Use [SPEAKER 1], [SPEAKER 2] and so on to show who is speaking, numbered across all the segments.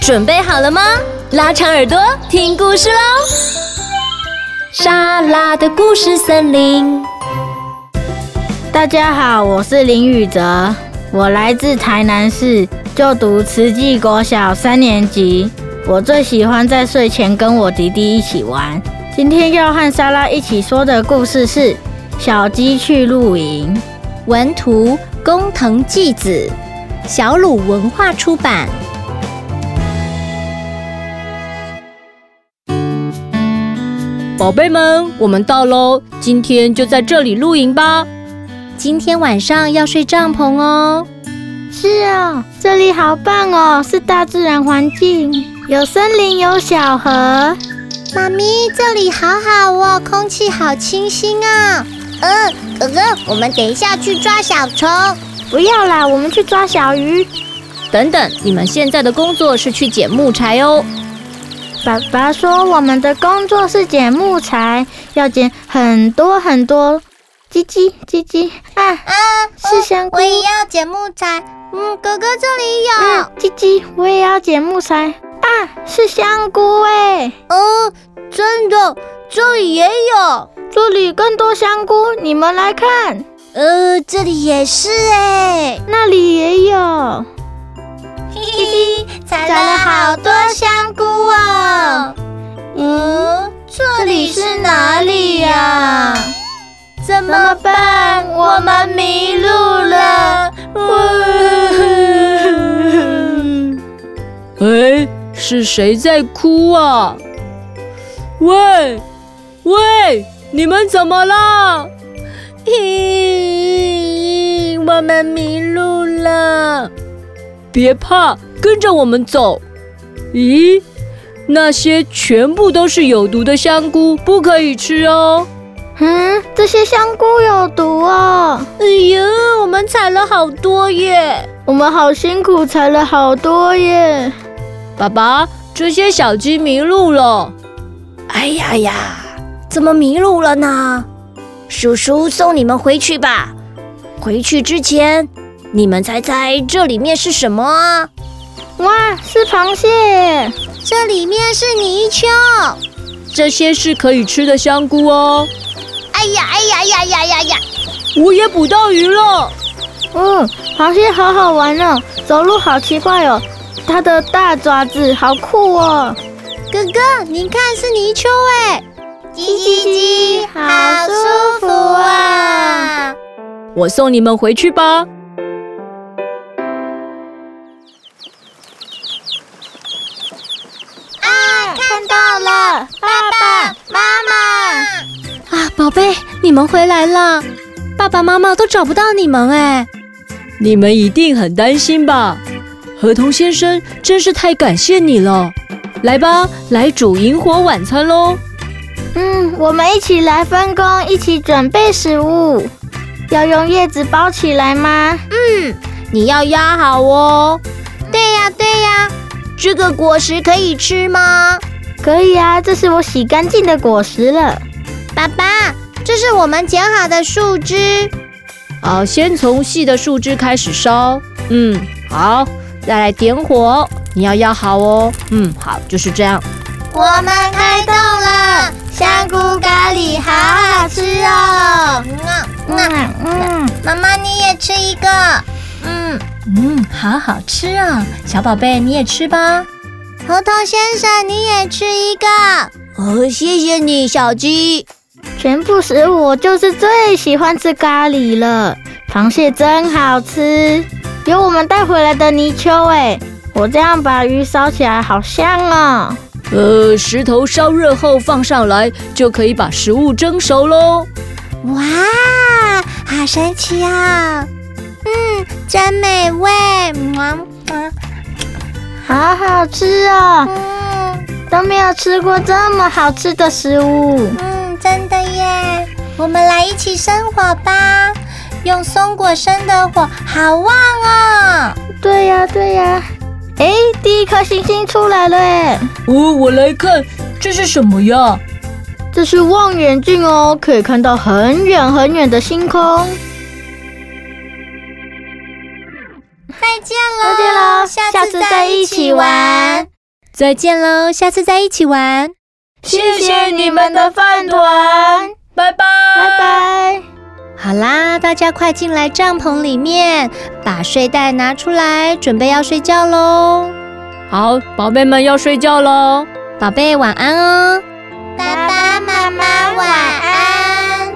[SPEAKER 1] 准备好了吗？拉长耳朵听故事喽！莎拉的故事森林。
[SPEAKER 2] 大家好，我是林宇哲，我来自台南市，就读慈济国小三年级。我最喜欢在睡前跟我弟弟一起玩。今天要和莎拉一起说的故事是《小鸡去露营》，
[SPEAKER 1] 文图工藤纪子，小鲁文化出版。
[SPEAKER 3] 宝贝们，我们到喽！今天就在这里露营吧。
[SPEAKER 1] 今天晚上要睡帐篷哦。
[SPEAKER 2] 是哦，这里好棒哦，是大自然环境，有森林，有小河。
[SPEAKER 4] 妈咪，这里好好哦，空气好清新啊、哦。嗯，哥哥，我们等一下去抓小虫。啊
[SPEAKER 2] 不要啦，我们去抓小鱼。
[SPEAKER 3] 等等，你们现在的工作是去捡木柴哦。
[SPEAKER 2] 爸爸说，我们的工作是捡木材，要捡很多很多。叽叽叽叽啊啊！是香菇，
[SPEAKER 4] 我也要捡木材。嗯，哥哥这里有。
[SPEAKER 2] 嗯，叽叽，我也要捡木材啊！是香菇哎。
[SPEAKER 4] 哦，真的，这里也有。
[SPEAKER 2] 这里更多香菇，你们来看。
[SPEAKER 4] 呃，这里也是 哎，
[SPEAKER 2] 那里也有。
[SPEAKER 4] 嘿嘿，采了好多香菇哦。嗯，这里是哪里呀、啊？
[SPEAKER 5] 怎么办？我们迷路了。
[SPEAKER 3] 哎，是谁在哭啊？喂，喂！你们怎么了？
[SPEAKER 5] 嘿，我们迷路了。
[SPEAKER 3] 别怕，跟着我们走。咦，那些全部都是有毒的香菇，不可以吃哦。
[SPEAKER 2] 嗯，这些香菇有毒哦。
[SPEAKER 5] 哎呀，我们采了好多耶，
[SPEAKER 2] 我们好辛苦，采了好多耶。
[SPEAKER 3] 爸爸，这些小鸡迷路了。
[SPEAKER 5] 哎呀呀！怎么迷路了呢？叔叔送你们回去吧。回去之前，你们猜猜这里面是什么啊？
[SPEAKER 2] 哇，是螃蟹！
[SPEAKER 4] 这里面是泥鳅。
[SPEAKER 3] 这些是可以吃的香菇哦。
[SPEAKER 4] 哎呀哎呀呀呀呀呀！
[SPEAKER 3] 我也捕到鱼了。
[SPEAKER 2] 嗯，螃蟹好好玩哦，走路好奇怪哦，它的大爪子好酷哦。
[SPEAKER 4] 哥哥，你看是泥鳅哎。
[SPEAKER 5] 叽叽叽，好舒服啊！
[SPEAKER 3] 我送你们回去吧。
[SPEAKER 4] 啊，看到了，爸爸妈妈！
[SPEAKER 1] 啊，宝贝，你们回来了，爸爸妈妈都找不到你们哎，
[SPEAKER 3] 你们一定很担心吧？河童先生真是太感谢你了，来吧，来煮萤火晚餐喽！
[SPEAKER 2] 嗯，我们一起来分工，一起准备食物。要用叶子包起来吗？
[SPEAKER 5] 嗯，你要压好哦。
[SPEAKER 4] 对呀、啊，对呀、啊。
[SPEAKER 5] 这个果实可以吃吗？
[SPEAKER 2] 可以啊，这是我洗干净的果实了。
[SPEAKER 4] 爸爸，这是我们剪好
[SPEAKER 5] 呃
[SPEAKER 4] 的树枝。
[SPEAKER 3] 好，呃先从细的树枝开始烧。嗯，好，再来点火。你要压好哦。嗯，好，就是这样。
[SPEAKER 4] 我们开动了，香菇咖喱好好吃哦！嗯嗯嗯，妈妈你也吃一个。
[SPEAKER 6] 嗯嗯，好好吃哦，小宝贝你也吃吧。
[SPEAKER 4] 猴头先生你也吃一个。
[SPEAKER 5] 哦，谢谢你，小鸡。
[SPEAKER 2] 全部食物我就是最喜欢吃咖喱了，螃蟹真好吃，有我们带回来的泥鳅哎，我这样把鱼烧起来好香哦。
[SPEAKER 3] 呃，石头烧热后放上来，就可以把食物蒸熟喽。
[SPEAKER 4] 哇，好神奇啊、哦！嗯，真美味，嗯
[SPEAKER 2] 嗯、好好吃哦。嗯，都没有吃过这么好吃的食物。
[SPEAKER 4] 嗯，真的耶。我们来一起生火吧，用松果生的火，好旺哦。
[SPEAKER 2] 对呀、啊，对呀、啊。哎，第一颗星星出来了哎！
[SPEAKER 3] 哦，我来看，这是什么呀？
[SPEAKER 2] 这是望远镜哦，可以看到很远很远的星空。
[SPEAKER 4] 再见喽，
[SPEAKER 2] 再见喽，下次再一起玩。
[SPEAKER 4] 再见喽，下次再一起玩。
[SPEAKER 2] 谢谢你们的饭团，
[SPEAKER 3] 拜拜，
[SPEAKER 2] 拜拜。
[SPEAKER 4] 好啦，大家快进来帐篷里面，把睡袋拿出来，准备要睡觉喽。
[SPEAKER 3] 好，宝贝们要睡觉喽。
[SPEAKER 4] 宝贝，晚安哦。
[SPEAKER 7] 爸爸妈妈晚安。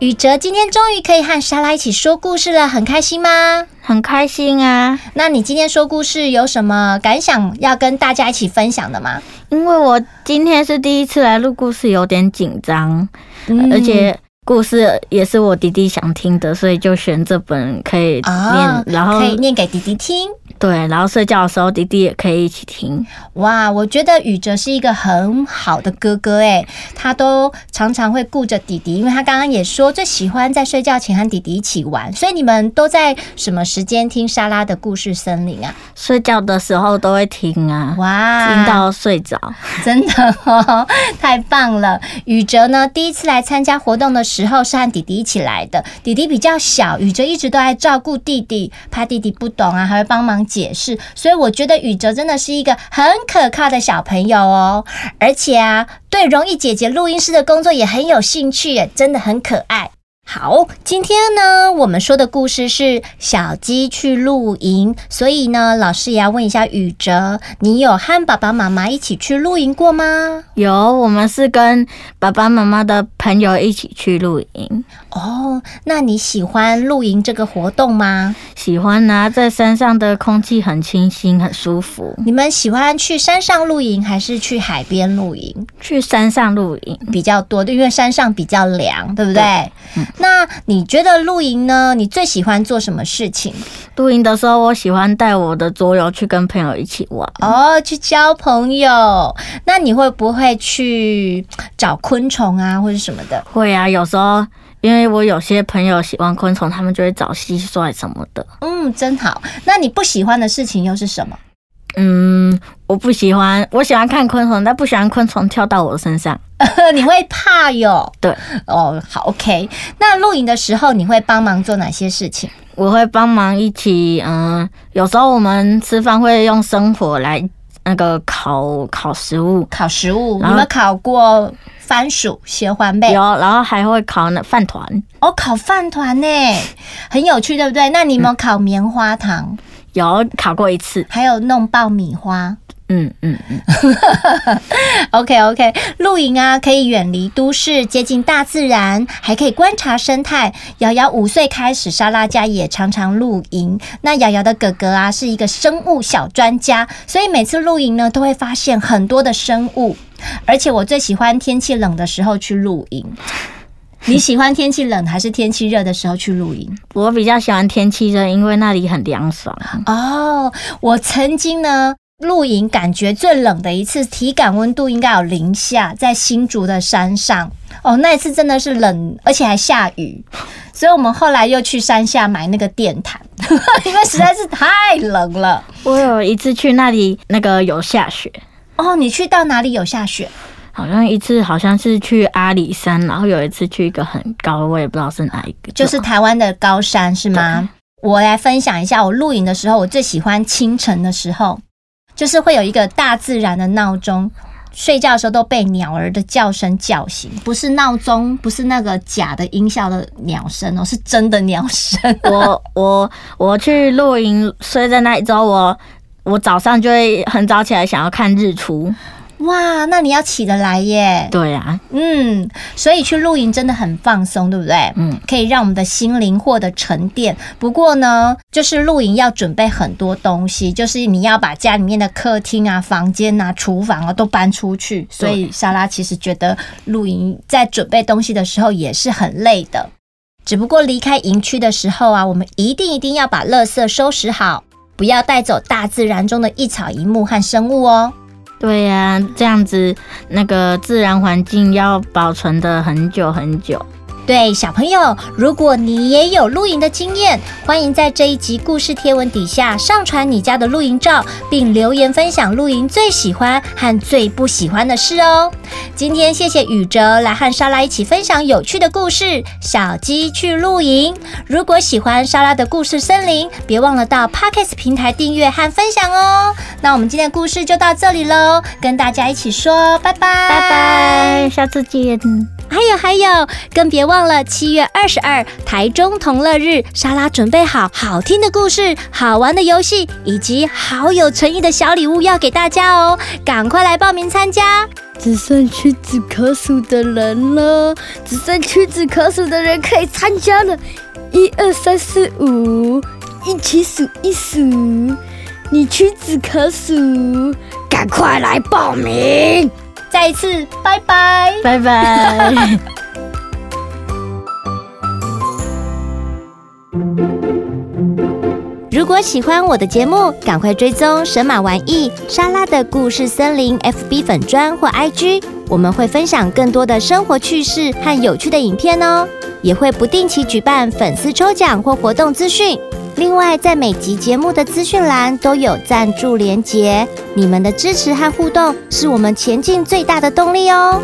[SPEAKER 4] 宇哲今天终于可以和莎拉一起说故事了，很开心吗？
[SPEAKER 2] 很开心啊，
[SPEAKER 4] 那你今天说故事有什么感想要跟大家一起分享的吗？
[SPEAKER 2] 因为我今天是第一次来录故事，有点紧张，
[SPEAKER 4] 呃
[SPEAKER 2] 而且故事也是我弟弟想听的，所以就选这本可以念，
[SPEAKER 4] 啊
[SPEAKER 2] 然后
[SPEAKER 4] 可以念给弟弟听。
[SPEAKER 2] 对，然后睡觉的时候弟弟也可以一起听。
[SPEAKER 4] 哇，我觉得宇哲是一个很好的哥哥诶，他都常常会顾着弟弟，因为他刚刚也说最喜欢在睡觉前和弟弟一起玩。所以你们都在什么时间听莎拉的故事森林啊？
[SPEAKER 2] 睡觉的时候都会听啊，
[SPEAKER 4] 哇，
[SPEAKER 2] 听到睡着。
[SPEAKER 4] 真的哦，太棒了！宇哲呢，第一次来参加活动的时候是和弟弟一起来的。弟弟比较小，宇哲一直都在照顾弟弟，怕弟弟不懂啊，还会帮忙解释。所以我觉得宇哲真的是一个很可靠的小朋友哦。而且啊，对容易姐姐录音师的工作也很有兴趣耶，真的很可爱。好，今天呢，我们说的故事是小鸡去露营，所以呢，老师也要问一下宇哲，你有和爸爸妈妈一起去露营过吗？
[SPEAKER 2] 有，我们是跟爸爸妈妈的朋友一起去露营，
[SPEAKER 4] 哦，那你喜欢露营这个活动吗？
[SPEAKER 2] 喜欢啊，在山上的空气很清新，很舒服。
[SPEAKER 4] 你们喜欢去山上露营还是去海边露营
[SPEAKER 2] 去山上露营，
[SPEAKER 4] 比较多？因为山上比较凉，对不对？那你觉得露营呢？你最喜欢做什么事情？
[SPEAKER 2] 露营的时候，我喜欢带我的桌游去跟朋友一起玩。
[SPEAKER 4] 哦，去交朋友。那你会不会去找昆虫啊，或者什么的？
[SPEAKER 2] 会啊，有时候因为我有些朋友喜欢昆虫，他们就会找蟋蟀什么的。
[SPEAKER 4] 嗯，真好。那你不喜欢的事情又是什么？
[SPEAKER 2] 嗯，我不喜欢，我喜欢看昆虫，但不喜欢昆虫跳到我身上。
[SPEAKER 4] 你会怕哟。
[SPEAKER 2] 对，
[SPEAKER 4] 哦，好，OK。那露营的时候，你会帮忙做哪些事情？
[SPEAKER 2] 我会帮忙一起，嗯，有时候我们吃饭会用生火来那个烤烤食物，
[SPEAKER 4] 烤食物，
[SPEAKER 2] 然
[SPEAKER 4] 你
[SPEAKER 2] 后
[SPEAKER 4] 们烤过番薯、斜环贝
[SPEAKER 2] 有，？然后还会烤那饭团，
[SPEAKER 4] 哦，烤饭团呢，很有趣，对不对？那你有
[SPEAKER 2] 嗯
[SPEAKER 4] 没有烤棉花糖？
[SPEAKER 2] 有烤过一次。
[SPEAKER 4] 还有弄爆米花？
[SPEAKER 2] 嗯嗯嗯，
[SPEAKER 4] OK OK，露营啊，可以远离都市，接近大自然，还可以观察生态。瑶瑶五岁开始，莎拉家也常常露营。那瑶瑶的哥哥啊，是一个生物小专家，所以每次露营呢，都会发现很多的生物。而且我最喜欢天气冷的时候去露营。你喜欢天气冷还是天气热的时候去露营？
[SPEAKER 2] 我比较喜欢天气热，因为那里很凉 爽。
[SPEAKER 4] 哦，我曾经呢露营，感觉最冷的一次，体感温度应该有零下，在新竹的山上。哦，那一次真的是冷，而且还下雨，所以我们后来又去山下买那个电毯， 因为实在是太冷了。
[SPEAKER 2] 我有一次去那里，那个有下雪，
[SPEAKER 4] 哦，你去到哪里有下雪？
[SPEAKER 2] 好像一次好像是去阿里山，然后有一次去一个很高，我也不知道是哪一个，
[SPEAKER 4] 就是台湾的高山是吗？我来分享一下，我露营的时候，我最喜欢清晨的时候，就是会有一个大自然的闹钟。睡觉的时候都被鸟儿的叫声叫醒，不是闹钟，不是那个假的音效的鸟声哦，是真的鸟声。
[SPEAKER 2] 我我我去露营睡在那里之后，我我早上就会很早起来想要看日出。
[SPEAKER 4] 哇，那你要起得来耶！
[SPEAKER 2] 对啊，
[SPEAKER 4] 嗯，所以去露营真的很放松，对不对？
[SPEAKER 2] 嗯，
[SPEAKER 4] 可以让我们的心灵获得沉淀。不过呢，就是露营要准备很多东西，就是你要把家里面的客厅啊、房间啊、厨房啊都搬出去。所以莎拉其实觉得露营在准备东西的时候也是很累的。只不过离开营区的时候啊，我们一定一定要把垃圾收拾好，不要带走大自然中的一草一木和生物哦。
[SPEAKER 2] 对啊呀、这样子那个自然环境要保存的很久很久。
[SPEAKER 4] 对小朋友，如果你也有露营的经验，欢迎在这一集故事贴文底下上传你家的露营照，并留言分享露营最喜欢和最不喜欢的事哦。今天谢谢宇哲来和莎拉一起分享有趣的故事《小鸡去露营》。如果喜欢莎拉的故事森林，别忘了到 Pockets 平台订阅和分享哦。那我们今天的故事就到这里喽，跟大家一起说拜拜，拜
[SPEAKER 2] 拜，下次见。
[SPEAKER 4] 还有还有，更别忘了七月二十二台中同乐日，莎拉准备好好听的故事、好玩的游戏以及好有诚意的小礼物要给大家哦，赶快来报名参加！
[SPEAKER 3] 只剩屈指可数的人了，只剩屈指可数的人可以参加了。一二三四五，一起数一数，你屈指可数，赶快来报名！
[SPEAKER 4] 再一次，拜拜。
[SPEAKER 2] 拜拜。
[SPEAKER 4] 如果喜欢我的节目，赶快追踪神马玩意莎拉的故事森林 FB 粉砖或 IG，我们会分享更多的生活趣事和有趣的影片哦，也会不定期举办粉丝抽奖或活动资讯。另外，在每集节目的资讯栏都有赞助连结，你们的支持和互动是我们前进最大的动力哦。